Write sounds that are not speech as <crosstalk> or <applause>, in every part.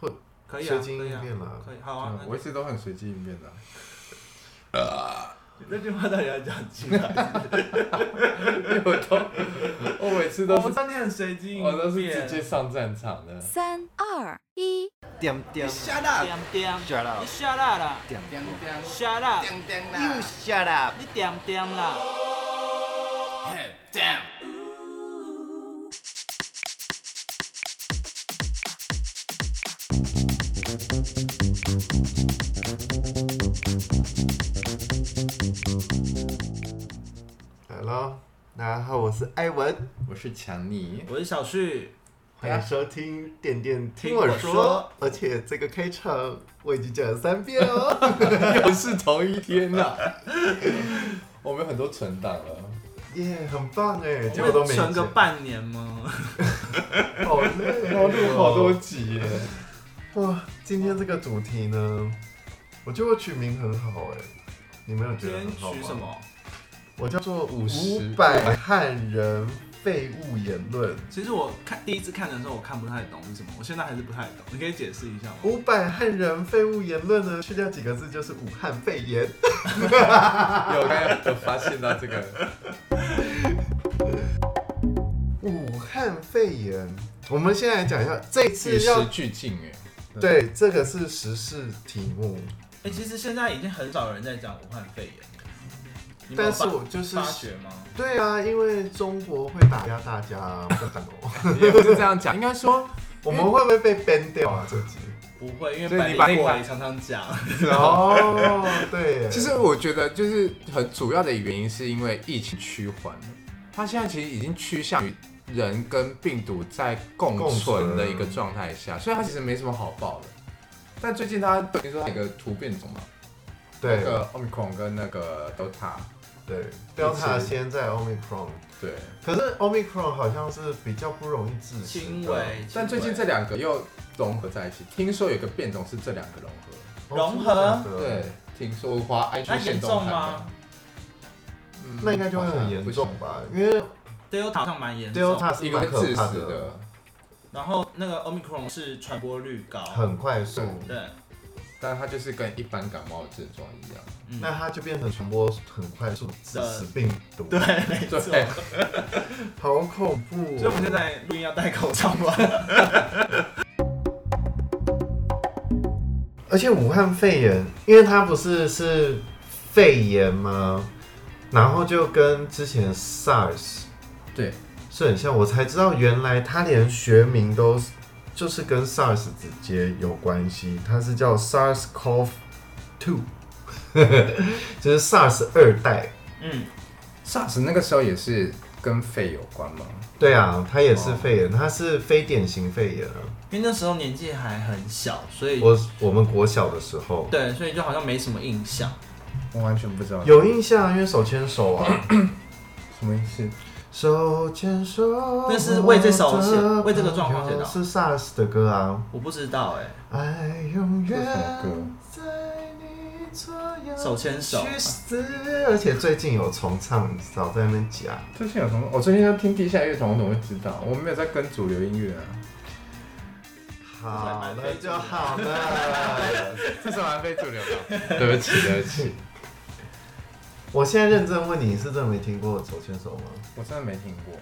会可以啊，随机可以应啊，变啦。可以，好啊。对那嗯我一直都很随机应变 <laughs> 的啊。 <laughs> 你这句话到底要讲啊几 <laughs> 来？我每次都我是，当你很随机我都应是直变。接上战场的。三二一，点点 Shut up，点点， shut up，你 shut up 啦点叮叮，shut up，叮叮，you 啦 shut up，你点点啦。 ，Head down。来喽，大家好，我是艾文，我是强尼，我是小旭，欢迎收听《点点听听我我说》说而且这个开场我已经讲了三遍 <laughs> 哦， <laughs> 又是同一天 <laughs> 呐。我们有很多存档了，耶、很棒哎，结我果都们没存个剪半年吗？ <laughs> 好累、要哦，录好多集耶。哇！今天这个主题呢，我觉得我取名很好哎，你们有觉今得啊天很好吗？取什？么？我叫做五十五百汉人废物言论。其实我看第一次看的时候，我看不太懂是什么，我现在还是不太懂。你可以解释一下吗？五百汉人废物言论呢，去掉几个字就是武汉肺炎。有刚刚有发现到这个，武汉肺炎，我们先来讲一下这 <laughs> 与次时要俱进哎。对这个是时事题目，哎、其实现在已经很少人在讲武汉肺炎了，你们有但是发我就是发觉吗？对啊，因为中国会打压大家，不敢 <laughs> 哦。也不是这样讲，应该说我们会不会被 ban 掉啊？这 <laughs> 集？不会，因所为百以你把灵那果个也常常讲， <laughs> 哦，对耶，其实我觉得就是很主要的原因是因为疫情趋缓了，它现在其实已经趋向于人跟病毒在共共存存的一个状态下，所以它其实没什么好报的。但最近它听说它有一个突变种嘛，对那个 Omicron 跟那个 Delta，对，Delta 先在 Omicron，对。可是 Omicron 好像是比较不容易致死的轻微。但最近这两个又融合在一起，听说有一个变种是这两个融合。哦真融的假的合对，听说花 IG 那线严动重看吗看，嗯那应该就会很严重吧？因为 Delta 好像蛮严重， Delta 不是是，一个蛮会可致怕死的。然后那个 Omicron 是传播率高，很快速。对，但它就是跟一般感冒的症状一样。嗯那它就变成传播很快速致死病毒， <laughs> 对，，没错。所对好恐怖哦、以我们现在录音要戴口罩吗？ <laughs> 而且武汉肺炎，因为它不是是肺炎吗？然后就跟之前 SARS 对，是很像，我才知道原来它连学名都是就是跟 SARS 直接有关系，它是叫 SARS-CoV-2，就是 SARS 二代。嗯， SARS 那个时候也是跟肺有关吗？对啊，它也是哦肺炎，它是非典型肺炎啊。因为那时候年纪还很小，所以我我们国小的时候对，所以就好像没什么印象。我完全不知道有印象，因为手牵手 <clears throat> 啊，什么意思。手牵手。那是为这首写为这个状况写的啊是 SARS 的歌啊。我不知道哎、爱永这远是什么歌在你左右。手牵手去死！而且最近有重唱，少在那边讲。最近有什么？我最近要听地下乐团，我怎么会知道？我没有在跟主流音乐啊。好了就好 <laughs> 了。这是蛮非主流的。 <laughs> 对不起，对不起，我现在认真问你，你是真的没听过手牵手吗？我真的没听过。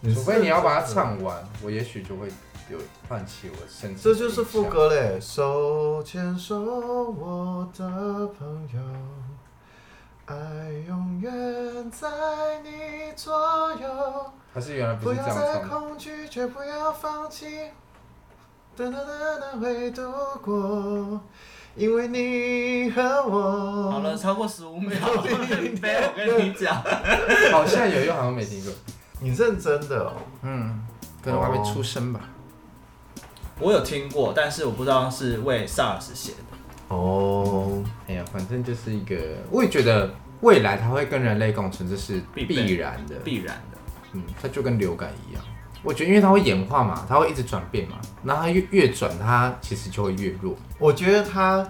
你除是非你要把它真的。唱完，我也许就会有唤起我身体。这就是副。歌嘞，手牵手，我的朋友，爱永远在你左右。还是原来不不是这要样再唱的。恐惧，却不要放弃。等等等等会度过，因为你和我。好了，，超过十五秒，没有，我跟你 <laughs> 讲，好像有，又好像没听过。你认真的哦。嗯，可能我还没出生吧。我有听过，但是我不知道是为 SARS 写的。哦，哎呀，反正就是一个，我也觉得未来它会跟人类共存，这是必备必然的。必然的，嗯，它就跟流感一样，我觉得因为它会演化嘛，它会一直转变嘛，然后它越越转，它其实就会越弱。我觉得它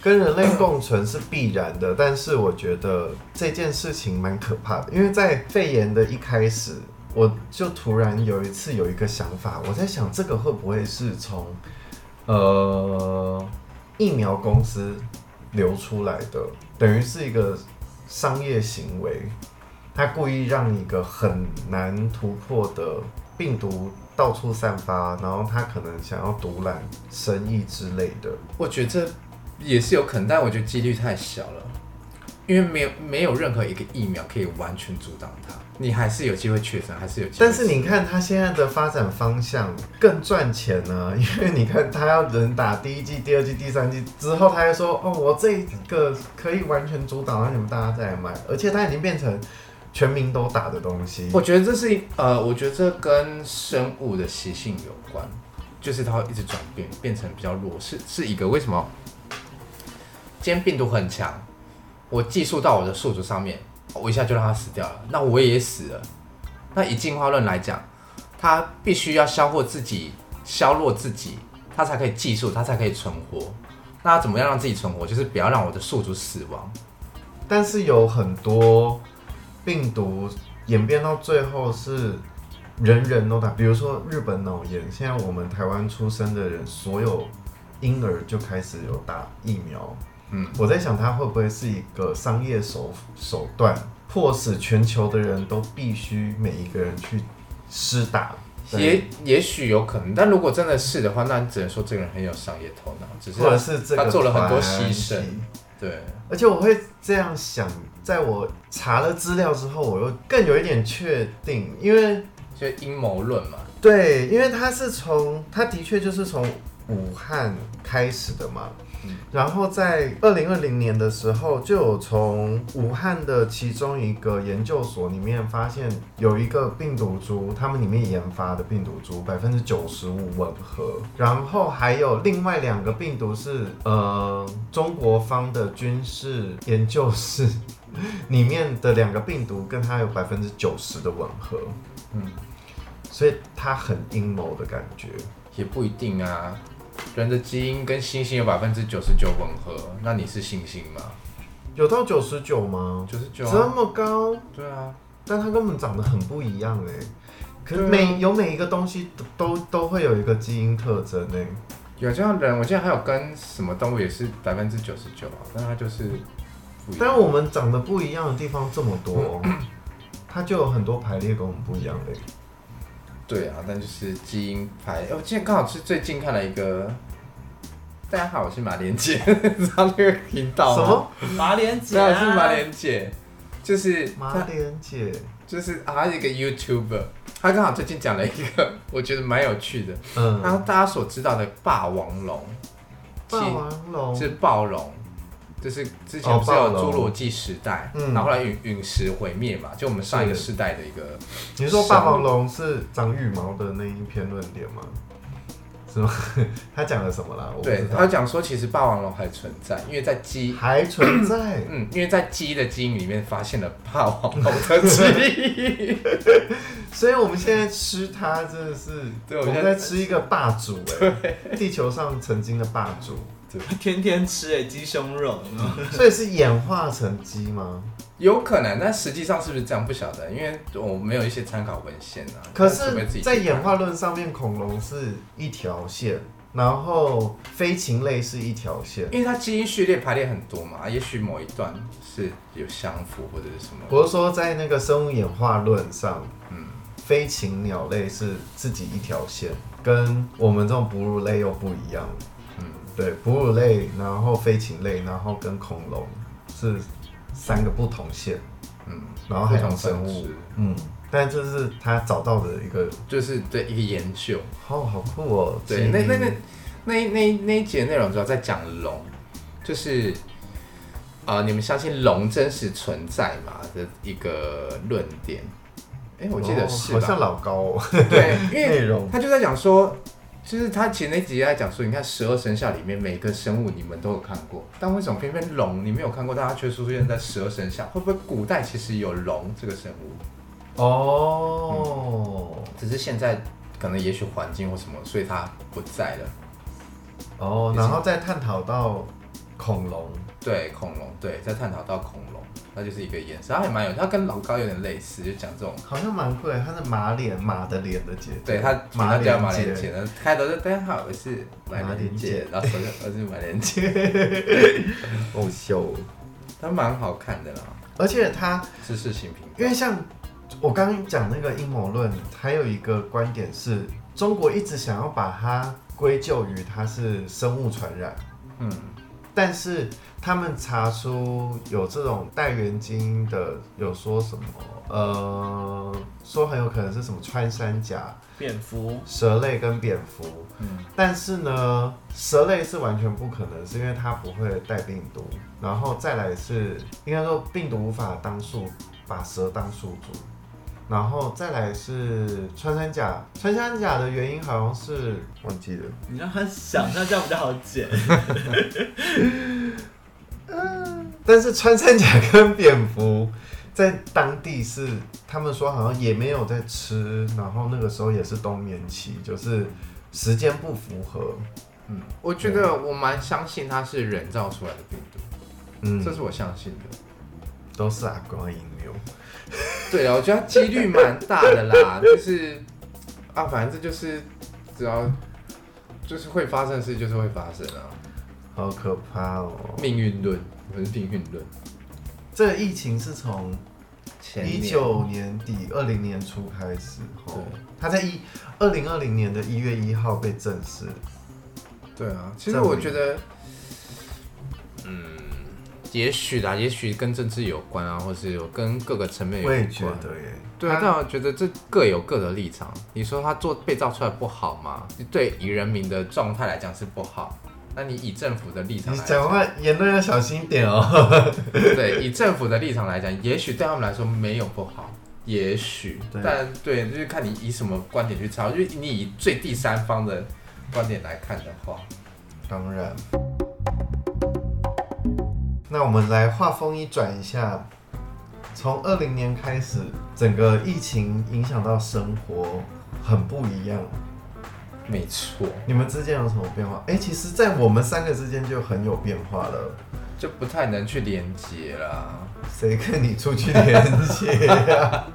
跟人类共存是必然的，但是我觉得这件事情蛮可怕的，因为在肺炎的一开始，我就突然有一次有一个想法，我在想这个会不会是从呃疫苗公司流出来的，等于是一个商业行为，它故意让一个很难突破的病毒到处散发，然后它可能想要独揽生意之类的。我觉得这也是有可能，但我觉得几率太小了，因为没有没有任何一个疫苗可以完全阻挡它，你还是有机会确诊，还是有机会。但是你看它现在的发展方向更赚钱呢、因为你看它要人打第一季、第二季、第三季之后，他还说哦，我这一个可以完全主导，让你们大家再来买，而且它已经变成全民都打的东西。我觉得这是一呃，我觉得这跟生物的习性有关，就是它会一直转变，变成比较弱，是是一个为什么？今天病毒很强，我寄宿到我的宿主上面，我一下就让它死掉了，那我也死了。那以进化论来讲，它必须要消获自己，消弱自己，它才可以寄宿，它才可以存活。那它怎么样让自己存活？就是不要让我的宿主死亡。但是有很多病毒演变到最后是人人都打，比如说日本脑炎，现在我们台湾出生的人，所有婴儿就开始有打疫苗。嗯，我在想它会不会是一个商业手手段，迫使全球的人都必须每一个人去施打。对也也许有可能，但如果真的是的话，那只能说这个人很有商业头脑，只是或者是这个他做了很多团牺牲体对，而且我会这样想，在我查了资料之后，我又更有一点确定，因为就阴谋论嘛。对，因为他是从，他的确就是从武汉开始的嘛。然后在二零二零年的时候，就有从武汉的其中一个研究所里面发现有一个病毒株，他们里面研发的病毒株百分之九十五吻合，然后还有另外两个病毒是呃中国方的军事研究室里面的两个病毒跟它有百分之九十的吻合，嗯，所以它很阴谋的感觉。也不一定啊。人的基因跟猩猩有百分之九十九吻合，那你是猩猩吗？有到九十九吗？九十九这啊，么高？对啊，但它根本长得很不一样哎、可是对啊每、有每一个东西都都都会有一个基因特征哎、有这样的人，我记得还有跟什么动物也是百分之九十九啊，但他就是不一样。但我们长得不一样的地方这么多， <clears throat> 它就有很多排列跟我们不一样的、对啊，但就是基因排。我今天刚好是最近看了一个，大家好，我是马莲 <laughs> 姐，知道这个频道什吗？么马莲姐、对啊，啊，是马莲姐，就是马她，莲姐？就是啊她是一个 YouTuber，她刚好最近讲了一个我觉得蛮有趣的，她嗯，大家所知道的霸王龙，霸王龙是暴龙，就是之前哦不是暴有龙侏罗纪时代，嗯然后后来陨陨石毁灭嘛，就我们上一个是世代的一个，你说霸王龙是长羽毛的那一篇论点吗？是吗？ <laughs> 他讲了什么啦？我不对知，她道。讲说其实霸王龙还存在，因为在基，还存在嗯，因为在鸡的基因里面发现了霸王龙的基因，所以我们现在吃它真的是，对我我们现在在吃一个霸主哎、地球上曾经的霸主，天天吃哎、鸡胸肉，有没有所以是演化成鸡吗？有可能，但实际上是不是这样不晓得，因为我没有一些参考文献啊。可除非是，自己去在看演化论上面，恐龙是一条线，然后飞禽类是一条线。因为它基因序列排列很多嘛，也许某一段是有相符或者是什么。我是说，在那个生物演化论上，嗯，飞禽鸟类是自己一条线，跟我们这种哺乳类又不一样。嗯嗯，对，哺乳类，然后飞禽类，然后跟恐龙是三个不同线，嗯，然后还有不同生分物支。嗯，但这是他找到的一个，就是对一个研究。哦，好酷哦。对，那那那那那那一节内容主要在讲龙，就是呃，你们相信龙真实存在嘛的一个论点。哎、我记得是哦好吧？像老高哦。对，因为内容他就在讲说，就是他前那集在讲说，你看十二生肖里面每个生物你们都有看过，但为什么偏偏龙你没有看过，但它却出现在十二生肖？会不会古代其实有龙这个生物，哦。只是现在可能也许环境或什么，所以它不在了？哦，然后再探讨到恐龙，对恐龙，对，在探讨到恐龙，那就是一个延伸，它还蛮有，它跟老高有点类似，就讲这种，好像蛮贵，它是马脸马的脸的姐姐，对它马叫脸马莲姐姐，呢，开头就大家好，我是马莲姐，然后手就我是马莲姐， <laughs> 哦秀，它蛮好看的啦，而且它知识型评因为价，像我刚刚讲那个阴谋论，还有一个观点是中国一直想要把它归咎于它是生物传染。嗯，但是他们查出有这种带原基因的，有说什么？呃，说很有可能是什么穿山甲、蝙蝠蛇类跟蝙蝠。嗯但是呢，蛇类是完全不可能，是因为它不会带病毒。然后再来是，应该说病毒无法当宿，把蛇当宿主。然后再来是穿山甲，穿山甲的原因好像是忘记了，你让他想，那这样比较好解。但是穿山甲跟蝙蝠在当地是，他们说好像也没有在吃，然后那个时候也是冬眠期，就是时间不符合。嗯，我觉得我蛮相信它是人造出来的病毒，嗯，这是我相信的。都是阿公的引流。对啊，我觉得它几率蛮大的 <laughs> 啦，就是啊，反正这就是只要就是会发生的事，就是会发生啊，好可怕哦！命运论，我们是命运论。这个疫情是从前一年九年底、二零年初开始，哦对，他在一二零二零年的一月一号被证实。对啊，其实证明我觉得，嗯，也许啦，也许跟政治有关啊，或是有跟各个层面有我也关。觉得耶，对啊，但我觉得这各有各的立场。你说他做被造出来不好吗？对以人民的状态来讲是不好。那你以政府的立场你来讲话言论要小心一点哦。对，以政府的立场来讲，也许对他们来说没有不好，也许，对但对，就是看你以什么观点去查，就是你以最第三方的观点来看的话，当然。那我们来话锋一转一下，从二零年开始，整个疫情影响到生活很不一样。没错，你们之间有什么变化？哎、其实，在我们三个之间就很有变化了。就不太能去连接啦，谁跟你出去连接啊？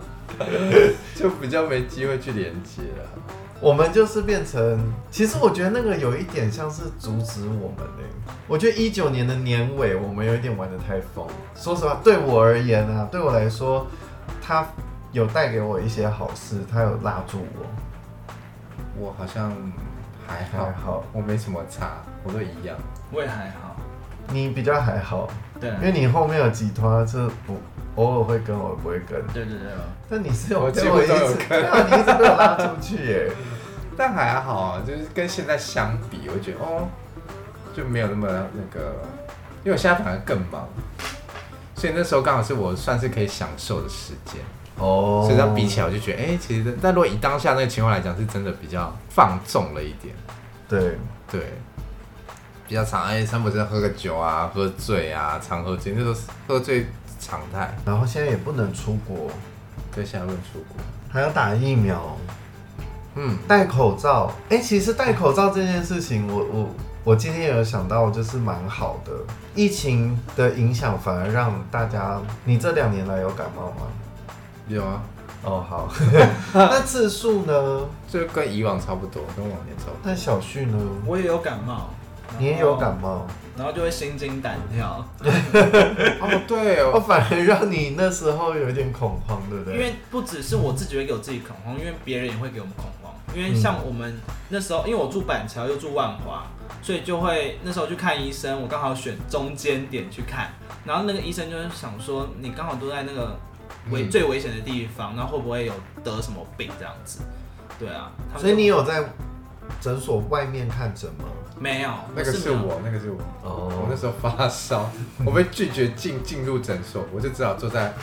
就比较没机会去连接啦。我们就是变成，其实我觉得那个有一点像是阻止我们嘞、我觉得一九年的年尾，我们有一点玩的太疯。说实话，对我而言啊，对我来说，它有带给我一些好事，它有拉住我。我好像还好，还好，我没什么差，我都一样。我也还好，你比较还好，对嗯因为你后面有几团是不偶尔会跟，我不会跟。对对对，但你是有我被几乎我一都有直，跟对啊，你一直被我拉出去欸耶、但还好啊，就是跟现在相比，我觉得哦，就没有那么那个，因为我现在反而更忙，所以那时候刚好是我算是可以享受的时间，哦 <laughs> 所以它比起来我就觉得，哎、其实，但如果以当下那个情况来讲，是真的比较放纵了一点，哦对，对，比较常哎，三不是喝个酒啊，喝醉啊，常喝醉，那都是喝醉常态，然后现在也不能出国，对，现在不能出国，还要打疫苗。嗯，戴口罩，哎、其实戴口罩这件事情我，我我今天也有想到，就是蛮好的。疫情的影响反而让大家，你这两年来有感冒吗？有啊，哦，好， <laughs> 那次数呢？就跟以往差不多，跟往年差不多，那小旭呢？我也有感冒，你也有感冒，然后，然后就会心惊胆跳， <laughs> 哦，对我哦，反而让你那时候有点恐慌，对不对？因为不只是我自己会给我自己恐慌，因为别人也会给我们恐慌。因为像我嗯们那时候，因为我住板桥又住万华，所以就会那时候去看医生，我刚好选中间点去看，然后那个医生就是想说，你刚好都在那个危、嗯最危险的地方，然后会不会有得什么病这样子？对啊，他们所以就你有在诊所外面看诊吗？没有那个是没有我，那个是我。我那哦，时候发 <laughs> 烧，我被拒绝进进入诊所，我就只好坐在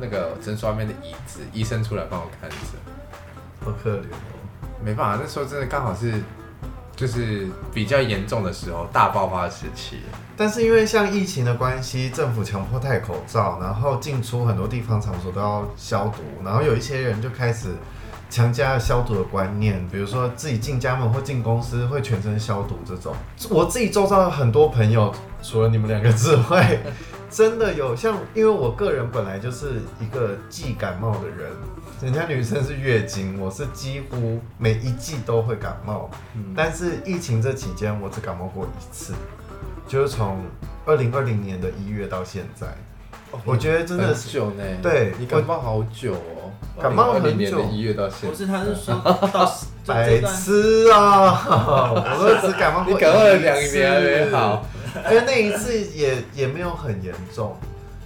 那个诊所外面的椅子，医生出来帮我看诊。好可怜哦。没办法，那时候真的刚好是就是比较严重的时候，大爆发时期。但是因为像疫情的关系，政府强迫戴口罩，然后进出很多地方场所都要消毒，然后有一些人就开始强加了消毒的观念，比如说自己进家门或进公司会全身消毒这种。我自己周遭有很多朋友，除了你们两个之外，真的有像，因为我个人本来就是一个忌感冒的人，人家女生是月经，我是几乎每一季都会感冒，嗯但是疫情这期间我只感冒过一次，就是从二零二零年的一月到现在，我觉得真的哦很是久呢。对你感冒好久哦，感冒很久2020年的一月到现不在，是，他是说到 <laughs> 就白这段痴啊！我都只感冒过你一次，感冒了两年还没好，因为那一次也也没有很严重，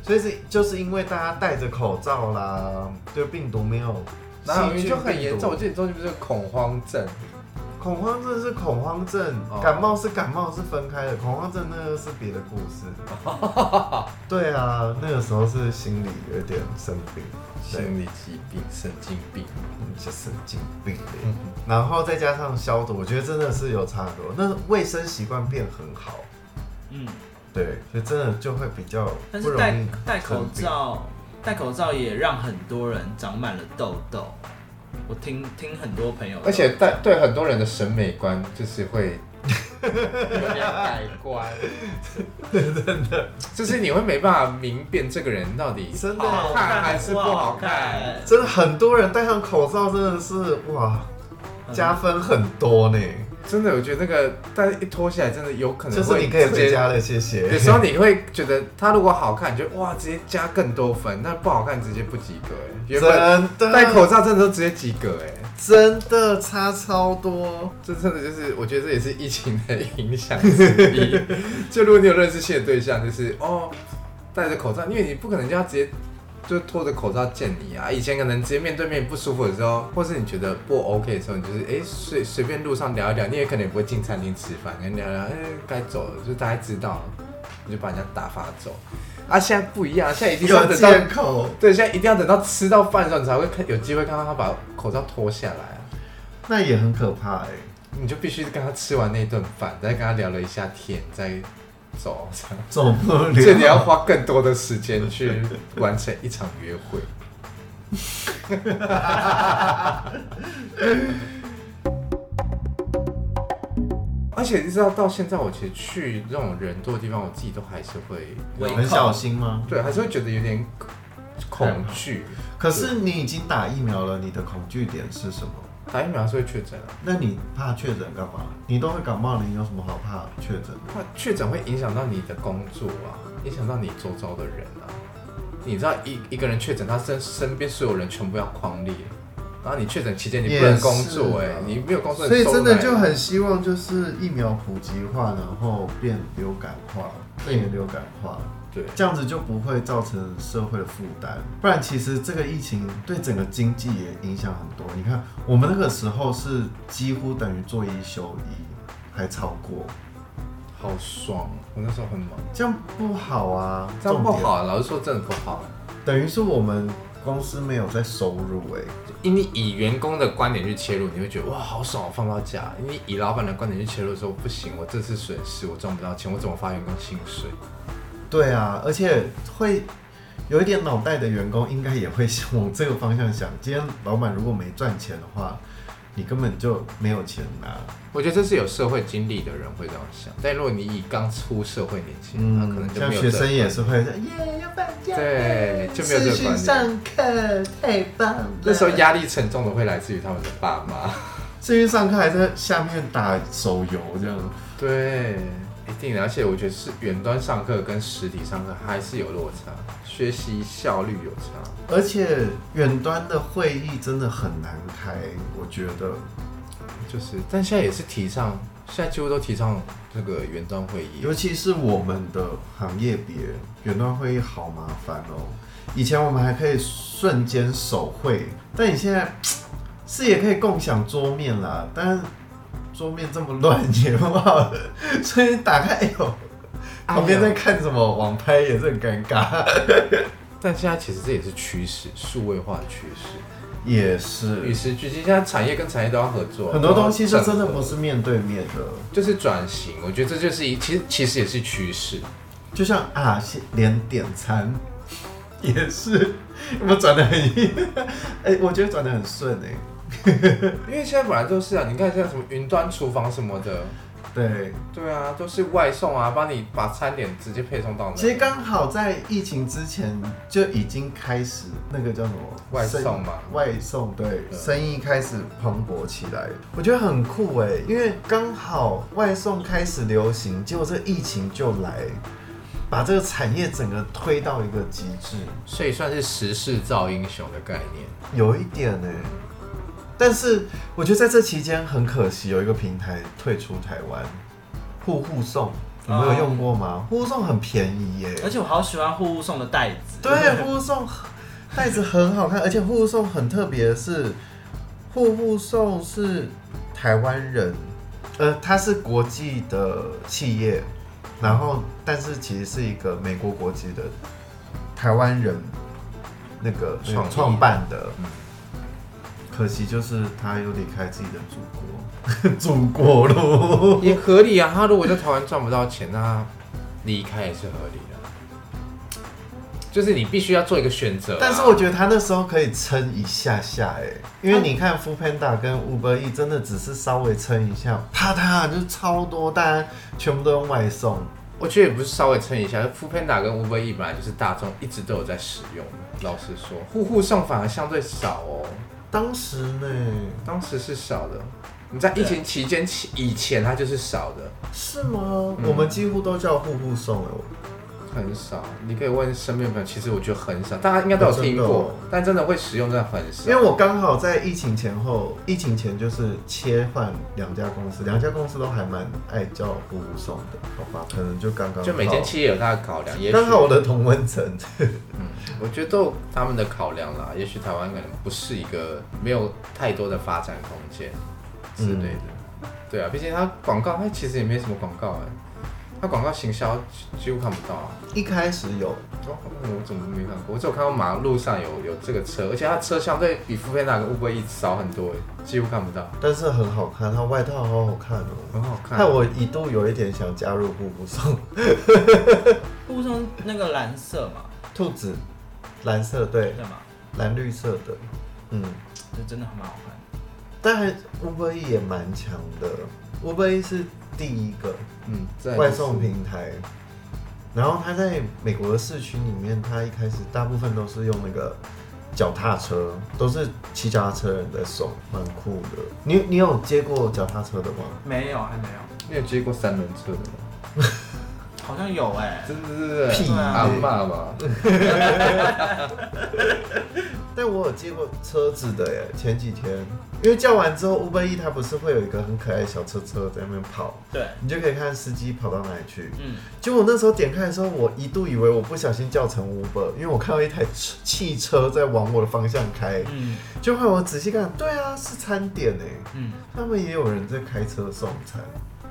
所以是就是因为大家戴着口罩啦，就病毒没有。哪有细菌就很严重？病毒我记得你中间不是有恐慌症？恐慌症是恐慌症，哦感冒是感冒是分开的，恐慌症那个是别的故 <laughs> 事。对啊，那个时候是心里有点生病，对。哦心理疾病、神经病。就神经病的，嗯然后再加上消毒，我觉得真的是有差很多。那卫生习惯变很好，嗯，对，所以真的就会比较但不是容戴易戴口生病。罩，戴口罩也让很多人长满了痘痘。我听听很多朋友都，而且对对很多人的审美观就是会有点改 <laughs> 观，真的，就是你会没办法明辨这个人到底真的好看还是不好看真的很多人戴上口罩，真的是哇，嗯加分很多呢。真的，我觉得那个但一脱下来真的有可能就是会你可以直回接家了，谢谢。有时候你会觉得他如果好看，你就哇直接加更多分；那不好看直接不及格。哎，原真本的戴口罩真的都直接及格哎，真的差超多。这真的就是我觉得这也是疫情的影响之一。就如果你有认识新的对象，就是哦戴着口罩，因为你不可能就要直接就脱着口罩见你啊。以前可能直接面对面不舒服的时候，或是你觉得不 OK 的时候，你就是哎随随便路上聊一聊，你也可能也不会进餐厅吃饭，跟聊聊哎该走了，就大家知道了，你就把人家打发走。啊，现在不一样，现在一定要有等到借口，对，现在一定要等到吃到饭的时候，你才会看有机会看到他把口罩脱下来啊。那也很可怕哎、你就必须跟他吃完那顿饭，再跟他聊了一下天，再走。这 <laughs> 样走不了。所以你要花更多的时 <laughs> 间去完成一场约会。而且你知道，到现在我其实去那种人多的地方，我自己都还是会，微很扣小心吗？对，还是会觉得有点恐惧。可是你已经打疫苗了，你的恐惧点是什么？打疫苗还是会确诊啊，那你怕确诊干嘛？你都会感冒了，你有什么好怕确诊的？怕确诊会影响到你的工作啊，影响到你周遭的人啊。你知道一一个人确诊，他身身边所有人全部要框列，然后你确诊期间你不能工作、也是欸，哎啊，你没有工作，所以你收入真的来就很希望就是疫苗普及化，然后变流感化，肺炎流感化，对，这样子就不会造成社会的负担。不然其实这个疫情对整个经济也影响很多。你看我们那个时候是几乎等于做一休一，还超过，好爽。啊我那时候很忙，这样不好啊，这样不重点好、，啊，老实说真的不好。等于是我们公司没有在收入哎、因你以员工的观点去切入，你会觉得哇好爽，我放到假。你以老板的观点去切入说不行，我这次损失，我赚不到钱，我怎么发员工薪水？对啊，而且会有一点脑袋的员工，应该也会想往这个方向想。今天老板如果没赚钱的话，你根本就没有钱拿。我觉得这是有社会经历的人会这样想，但如果你以刚出社会年纪，那、啊可能就嗯像没有学这生也是会耶，要放假对就没有这视个观讯念上课太棒了。那时候压力沉重的会来自于他们的爸妈。视讯上课还在下面打手游这样，对，一定的。而且我觉得是远端上课跟实体上课还是有落差，学习效率有差。而且远端的会议真的很难开，我觉得。就是，但现在也是提倡，现在几乎都提倡这个远端会议尤。其是我们的行业别，远端会议好麻烦哦。以前我们还可以瞬间手绘，但你现在是也可以共享桌面啦，但桌面这么乱也不好， <laughs> 所以打开，哎呦，哎呦旁边在看什么网拍也是很尴尬。 <laughs> 但现在其实这也是趋势，数位化的趋势，也与是，时俱进。现在产业跟产业都要合作，很多东西都就要真的整合不是面对面的，就是转型，我觉得这就是一，其实其实也是趋势。就像啊，先连点餐 <laughs> 也是，有没有转的很？哎、我觉得转的很顺哎、因为现在本来就是啊，你看像什么云端厨房什么的，对，对啊，都是外送啊，帮你把餐点直接配送到那。其实刚好在疫情之前就已经开始那个叫什么外送生意嘛外送对，对生意开始蓬勃起来，我觉得很酷哎，因为刚好外送开始流行，结果这个疫情就来，把这个产业整个推到一个极致，所以算是时势造英雄的概念。有一点呢。但是我觉得在这期间很可惜，有一个平台退出台湾，户户送，你们啊有用过吗？户户送很便宜耶，而且我好喜欢户户送的袋子，对，护肤送袋子很好看，而且护肤送很特别的是，护肤送是台湾人，呃，它是国际的企业，然后但是其实是一个美国国籍的台湾人那个创意创办的，可惜就是他又离开自己的祖国， <laughs> 祖国喽。也合理啊，他如果在台湾赚不到钱，那他离开也是合理的。就是你必须要做一个选择啊、但是我觉得他那时候可以撑一下下哎、因为你看 f o o Panda 跟 Uber E 真的只是稍微撑一下，啪嗒就超多单，全部都用外送。我觉得也不是稍微撑一下，Food Panda 跟 Uber E 本来就是大众一直都有在使用的。老实说，户户送反而相对少哦，当时呢，当时是少的。你在疫情期间起以前，它就是少的，是吗？嗯我们几乎都叫户户送哎、很少。你可以问身边朋友，其实我觉得很少，大家应该都有听真的过哦，但真的会使用真的很少。因为我刚好在疫情前后，疫情前就是切换两家公司，两家公司都还蛮爱叫户户送的，好吧？可哦能就刚刚就每间企业有它的考量，也许刚好我的同温层，我觉得都有他们的考量啦。也许台湾可能不是一个没有太多的发展空间之类的。嗯对啊，毕竟它广告，它其实也没什么广告哎、它广告行销几乎看不到啊。一开始有哦，我怎么没看过？我只有看到马路上有有这个车，而且它车相对比富佩那跟乌龟一少很多、哎，几乎看不到，但是很好看，它外套好好看哦。很好看。啊害我一度有一点想加入布布送户户送那个蓝色嘛， <laughs> 兔子，蓝色对对，吗？蓝绿色的，嗯，就真的很蛮好看。但还 Uber E 也蛮强的，Uber E 是第一个嗯，再来就是外送平台，然后它在美国的市区里面，它一开始大部分都是用那个脚踏车，都是骑脚踏车的人在送，蛮酷的。你你有接过脚踏车的吗？没有，还没有，你有接过三轮车的吗？好像有哎、真的是屁啊嗯阿妈吧？但我有接过车子的耶，前几天，因为叫完之后，Uber E 它不是会有一个很可爱的小车车在那边跑，对，你就可以看司机跑到哪里去。嗯，结果我那时候点开的时候，我一度以为我不小心叫成 Uber，因为我看到一台车汽车在往我的方向开。嗯就后来我仔细看，对啊，是餐点哎，嗯，他们也有人在开车送餐，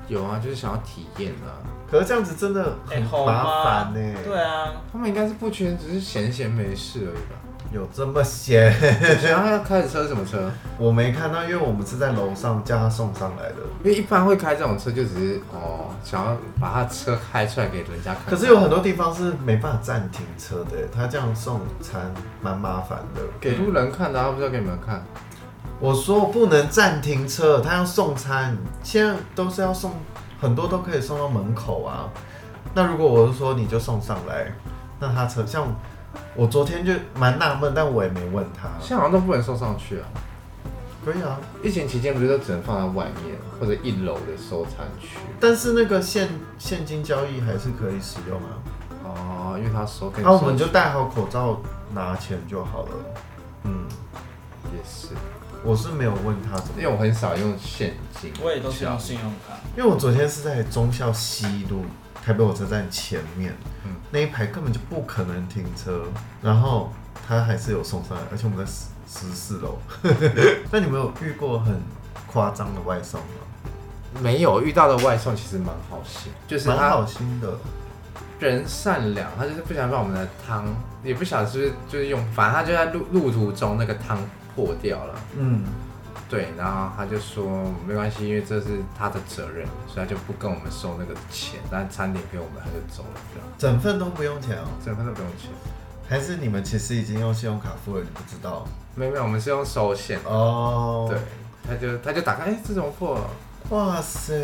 有啊，就是想要体验啊。可是这样子真的哎、很好麻吗？烦呢。欸对，啊，他们应该是不缺，只是闲闲没事而已吧。 <laughs> 有这么闲， <laughs> 然后要开的车是什么车？我没看到，因为我们是在楼上叫他送上来的。因为一般会开这种车，就只是哦，想要把他车开出来给人家看。可是有很多地方是没办法暂停车的，他这样送餐蛮麻烦的。给路人看的、啊，他不是要给你们看。我说不能暂停车，他要送餐，现在都是要送，很多都可以送到门口啊。那如果我是说你就送上来，那他车像我昨天就蛮纳闷，但我也没问他，现在好像都不能送上去啊。可以啊。疫情期间不是都只能放在外面或者一楼的收餐区但是那个现现金交易还是可以使用啊，哦，因为他收给你那、收啊我们就戴好口罩拿钱就好了。嗯，也是，我是没有问他怎么因为我很少用现金，我也都是用信用卡。因为我昨天是在忠孝西路台北火车站前面，嗯那一排根本就不可能停车，然后他还是有送上来，而且我们在十十四 <laughs> 楼。那你们有遇过很夸张的外送吗？没有遇到的外送其实蛮好心，就是蛮他好心的，人善良，他就是不想把我们的汤，也不想是不是就是用，反正他就在路路途中那个汤破掉了，嗯，对，然后他就说没关系，因为这是他的责任，所以他就不跟我们收那个钱，但餐点给我们他就走了，这样整份都不用钱哦。整份都不用钱。还是你们其实已经用信用卡付了，你不知道没有没有，我们是用手写，哦。对，，他就他就打开，哎、这怎么破了？哇塞，，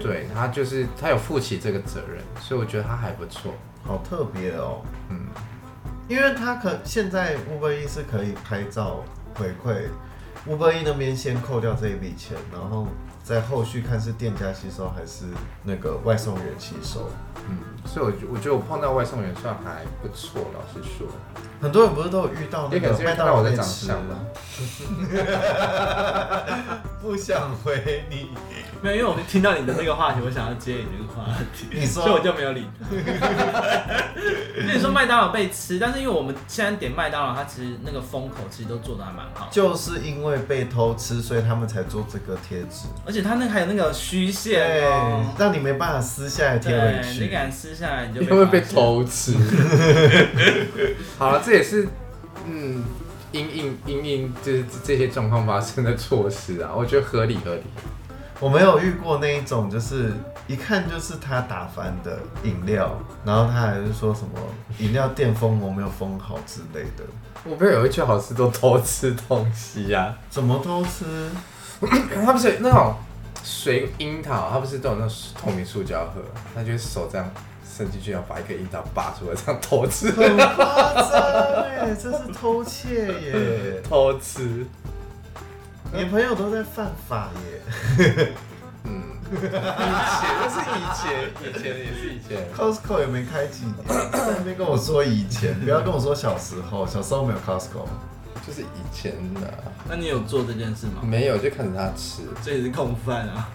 对他就是他有负起这个责任，所以我觉得他还不错。好特别哦。嗯，因为它可现在 Uber E 是可以拍照回馈，Uber E 那边先扣掉这一笔钱，然后在后续看是店家吸收还是那个外送员吸收。嗯，所以我觉我觉得我碰到外送员算还不错，老实说，很多人不是都有遇到那也可个能是因麦为看当到劳我的在长吃相吧。不想回你。没有，因为我听到你的这个话题，我想要接你这个话题，你说所以我就没有理 <laughs> 他。因为你说麦当劳被吃，但是因为我们现在点麦当劳，它其实那个风口其实都做的还蛮好的，就是因为被偷吃，所以他们才做这个贴纸。而且它那个还有那个虚线对哦，，让你没办法撕下来贴回对，你去。敢撕下来你就因为被发现。偷吃。好了，这也是嗯，因应因应就是这些状况发生的措施啊，我觉得合理合理。我没有遇过那一种，就是一看就是他打翻的饮料，然后他还是说什么饮料店封膜没有封好之类的，我朋友有一群好吃都偷吃东西啊，怎么偷吃？他不是那种水樱桃，他不是都有那种透明塑胶盒，他就是手这样伸进去，然后把一个樱桃拔出来，这样偷吃很夸张哎，这是偷窃 <laughs> 耶！偷吃。你朋友都在犯法耶，嗯，以前那是以前，以前也是以前。 Costco 也没开几年，在那边跟我说以前，不要跟我说小时候，小时候没有 Costco。就是以前的、那你有做这件事吗？没有就看着他吃。这也是共犯啊！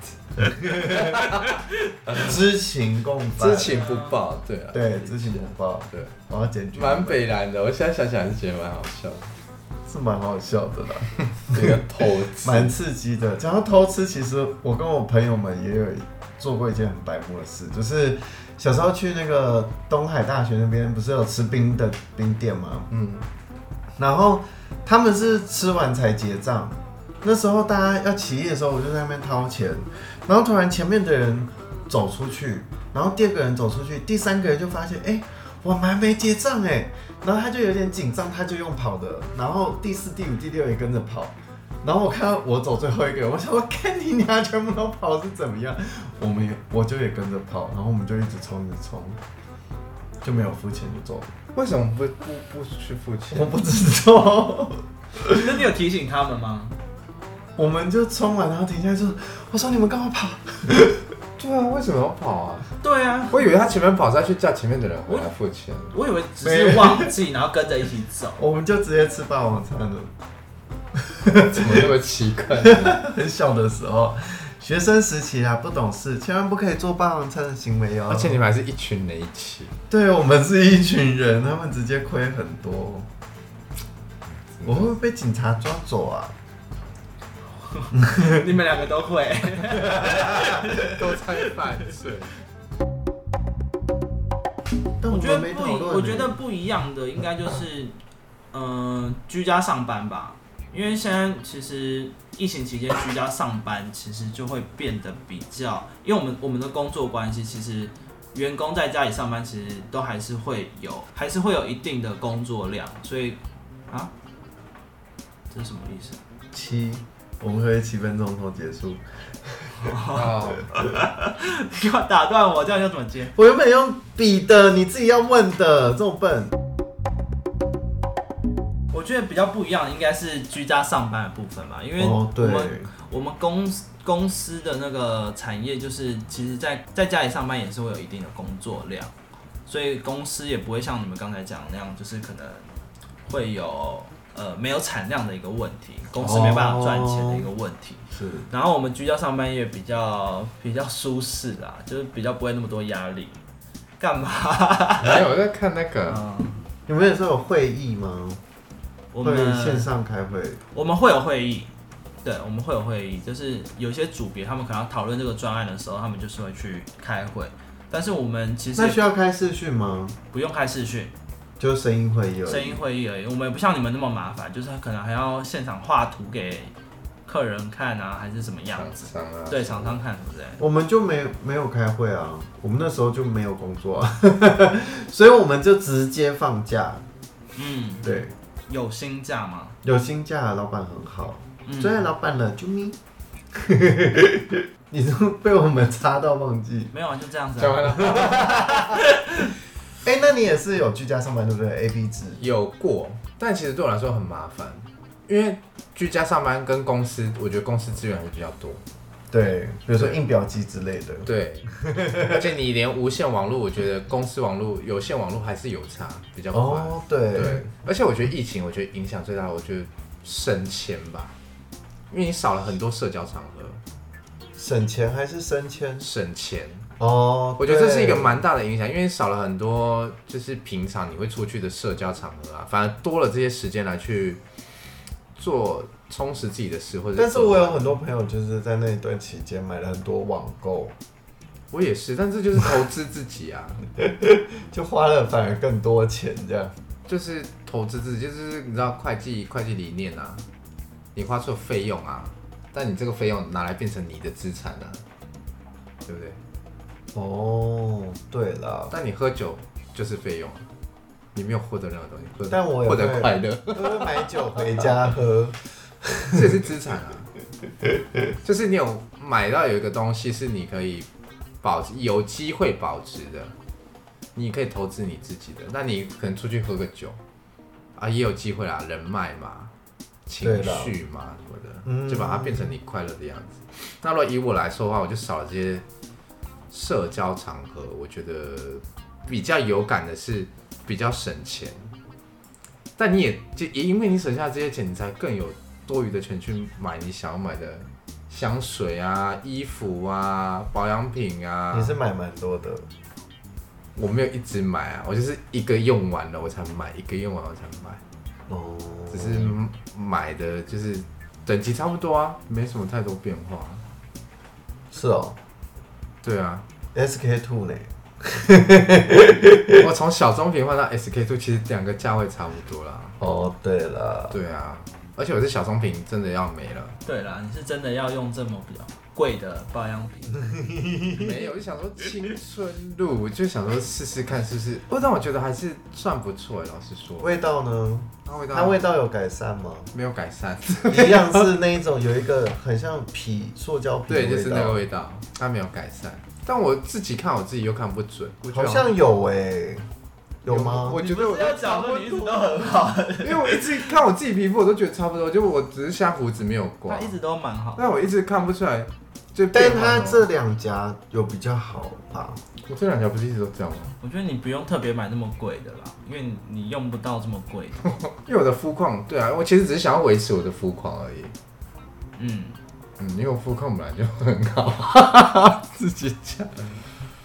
知情共犯，知情不报，对啊，对知情不报，对，我要检举他们，蛮北蓝的。我现在想想还是觉得蛮好笑的，是蛮好笑的啦，这个偷吃，蛮刺激的。讲到偷吃，其实我跟我朋友们也有做过一件很白目的事，就是小时候去那个东海大学那边，不是有吃冰的冰店吗？嗯，然后他们是吃完才结账。那时候大家要起义的时候，我就在那边掏钱，然后突然前面的人走出去，然后第二个人走出去，第三个人就发现，哎、我们还没结账哎，然后他就有点紧张，他就用跑的，然后第四、第五、第六也跟着跑，然后我看到我走最后一个，我想说，看你俩全部都跑是怎么样，我们也我就也跟着跑，然后我们就一直冲，一直冲，就没有付钱就走了，为什么不不不去付钱我？不知道。那你有提醒他们吗？我们就冲完，然后停下来就，我说你们干嘛跑？对啊，为什么要跑啊？对啊，我以为他前面跑是要去叫前面的人回来付钱。我以为只是忘记，然后跟着一起走。我们就直接吃霸王餐了。 <laughs> 怎么那么奇怪？很小的时候，学生时期啊，不懂事，千万不可以做霸王餐的行为哦。而且你们还是一群人一起，对我们是一群人，他们直接亏很多。我会不会被警察抓走啊？你们两个都会，都在犯罪。但我我觉得们没不讨一，论。我觉得，不一样的应该就是，嗯、居家上班吧。因为现在其实疫情期间居家上班，其实就会变得比较，因为我们我们的工作关系，其实员工在家里上班，其实都还是会有，还是会有一定的工作量，所以啊，这是什么意思？ <laughs> 七，我们可以七分钟后结束。哦，你要打断我，这样要怎么接？我原本用笔的，你自己要问的，这么笨。我觉得比较不一样的应该是居家上班的部分吧，因为我哦，对们、，我们公司公司的那个产业就是，其实在在家里上班也是会有一定的工作量，所以公司也不会像你们刚才讲的那样，就是可能会有呃没有产量的一个问题，公司没办法赚钱的一个问题。是然后我们居家上班也比较比较舒适啦，就是比较不会那么多压力。干嘛？没有，我在看那个，嗯你们有时候有会议吗？我会们线上开会。我们会有会议，对，我们会有会议，就是有些组别他们可能要讨论这个专案的时候，他们就是会去开会。但是我们其实那需也要开视讯吗？不用开视讯、就是声音会有声音会议而已，我们也不像你们那么麻烦，就是他可能还要现场画图给客人看啊，还是怎么样厂子？商啊，对，厂商看，对不对？我们就没没有开会 <laughs> 啊，我们那时候就没有工作啊，所以我们就直接放假，嗯，对，有薪假吗？有薪假，老板很好，嗯最爱老板了，救命！ <laughs> 你是不是被我们插到忘记？没有啊，就这样子、讲啊。完了，哎、那你也是有居家上班对不对？A B 制，有过，但其实对我来说很麻烦，因为居家上班跟公司，我觉得公司资源会比较多。对，比如说印表机之类的，对，而且你连无线网络，我觉得公司网络、有线网络还是有差，比较快。哦，对，对，而且我觉得疫情，我觉得影响最大，我觉得省钱吧，因为你少了很多社交场合，省钱还是升迁？省钱，哦，我觉得这是一个对蛮大的影响，因为少了很多就是平常你会出去的社交场合啊，反而多了这些时间来去做充实自己的事，或者但是我做有很多朋友就是在那一段期间买了很多网购，我也是，但这就是投资自己啊，就花了反而更多钱这样。就是投资自己，就是你知道会计会计理念啊，你花出的费用啊，但你这个费用拿来变成你的资产啊，对不对？哦，对了，但你喝酒就是费用，啊你没有获得任何东西，获得但我也获得会快乐，会不会买酒回家 <laughs> 喝？这也是资产啊。就是你有买到有一个东西是你可以保值有机会保值的，你可以投资你自己的。那你可能出去喝个酒啊，也有机会啦，人脉嘛，情对啦绪嘛什么嗯的，就把它变成你快乐的样子。那如果以我来说的话，我就少了这些社交场合，我觉得比较有感的是比较省钱，但你也就也因为你省下这些钱，你才更有多余的钱去买你想要买的香水啊、衣服啊、保养品啊。你是买蛮多的，我没有一直买啊，我就是一个用完了我才买，一个用完我才买，哦，只是买的就是等级差不多啊，没什么太多变化啊。是哦 <laughs> 对啊， ，SK two 呢？我从小棕瓶换到 SK two，其实两个价位差不多啦。哦，对了，对啊，而且我是小棕瓶，真的要没了。对啦，你是真的要用这么比较贵的保养品？没有，就想说青春路，我就想说试试看是不是。不，但我觉得还是算不错欸，老实说。味道呢？它味道它味道有改善吗？没有改善，一样是那一种有一个很像皮塑胶皮的对，就是那个味味道，它没有改善。但我自己看我自己又看不准，我道，觉好得像有哎、有吗？我觉得我不要讲说你一直都很好，因为我一直看我自己皮肤，我都觉得差不多，就我只是下胡子没有刮他，一直都蛮好。但我一直看不出来。就但变化它哦这两颊有比较好吧？我这两条不是一直都这样吗？我觉得你不用特别买那么贵的啦，因为你你用不到这么 <laughs> 贵的。因为我的肤况，对啊，我其实只是想要维持我的肤况而已。嗯，嗯，因为我肤况本来就很好， <laughs> 自己讲。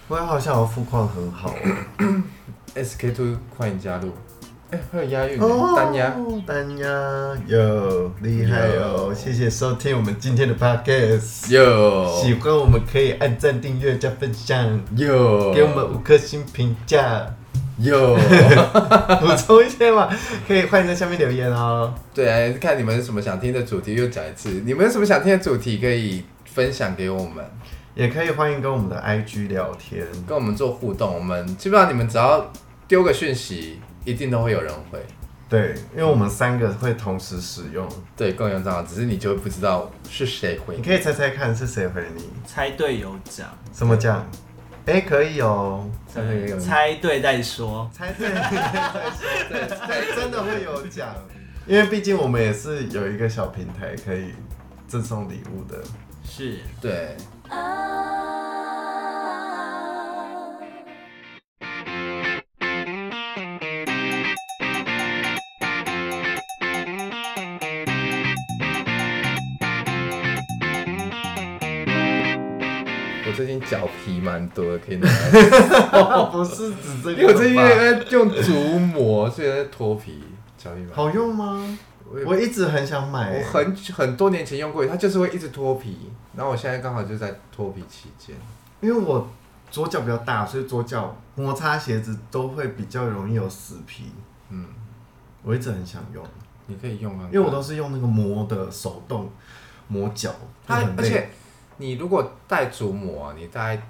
我也好像有肤况很好 SK two 快点加入，哎、还有押韵、哦，单押。单压有厉害哦！有谢谢收听我们今天的 podcast，喜有欢我们可以按赞、订阅、加分享，有给我们五颗星评价，有，补充一些嘛，可以欢迎在下面留言哦。 <laughs> 对，啊看你们有什么想听的主题，又讲一次。你们有什么想听的主题可以分享给我们，也可以欢迎跟我们的 IG 聊天，跟我们做互动。我们基本上你们只要丢个讯息，一定都会有人回。对，因为我们三个会同时使用，对，共用账号，只是你就会不知道是谁回你。可以猜猜看是谁回你，猜对有奖，什么奖？哎、可以哦，猜对有奖嗯猜对再说。猜对，对，真的会有奖，因为毕竟我们也是有一个小平台可以赠送礼物的。是，对，啊。我最近脚皮蛮多的，可以拿来。 <laughs> <laughs> 不是指这因为我最近吧在用足膜，所以在脱皮脚皮蛮好用吗？我也我一直很想买、我很很多年前用过，它就是会一直脱皮，然后我现在刚好就在脱皮期间。因为我左脚比较大，所以左脚摩擦鞋子都会比较容易有死皮。嗯，我一直很想用，你可以用啊，因为我都是用那个磨的手动磨脚，就它很，而累。且你如果戴足膜啊，你大概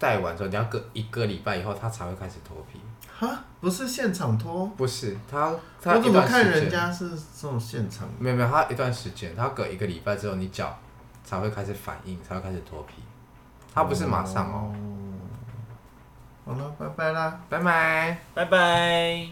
戴完之后，你要隔一个礼拜以后，它才会开始脱皮。哈啊，不是现场脱，不是他，他我一怎么段看时人间家是这种现场？没有没有，他一段时间，他隔一个礼拜之后，你脚才会开始反应，才会开始脱皮。他不是马上哦，好了，拜拜啦。哦拜拜。拜拜。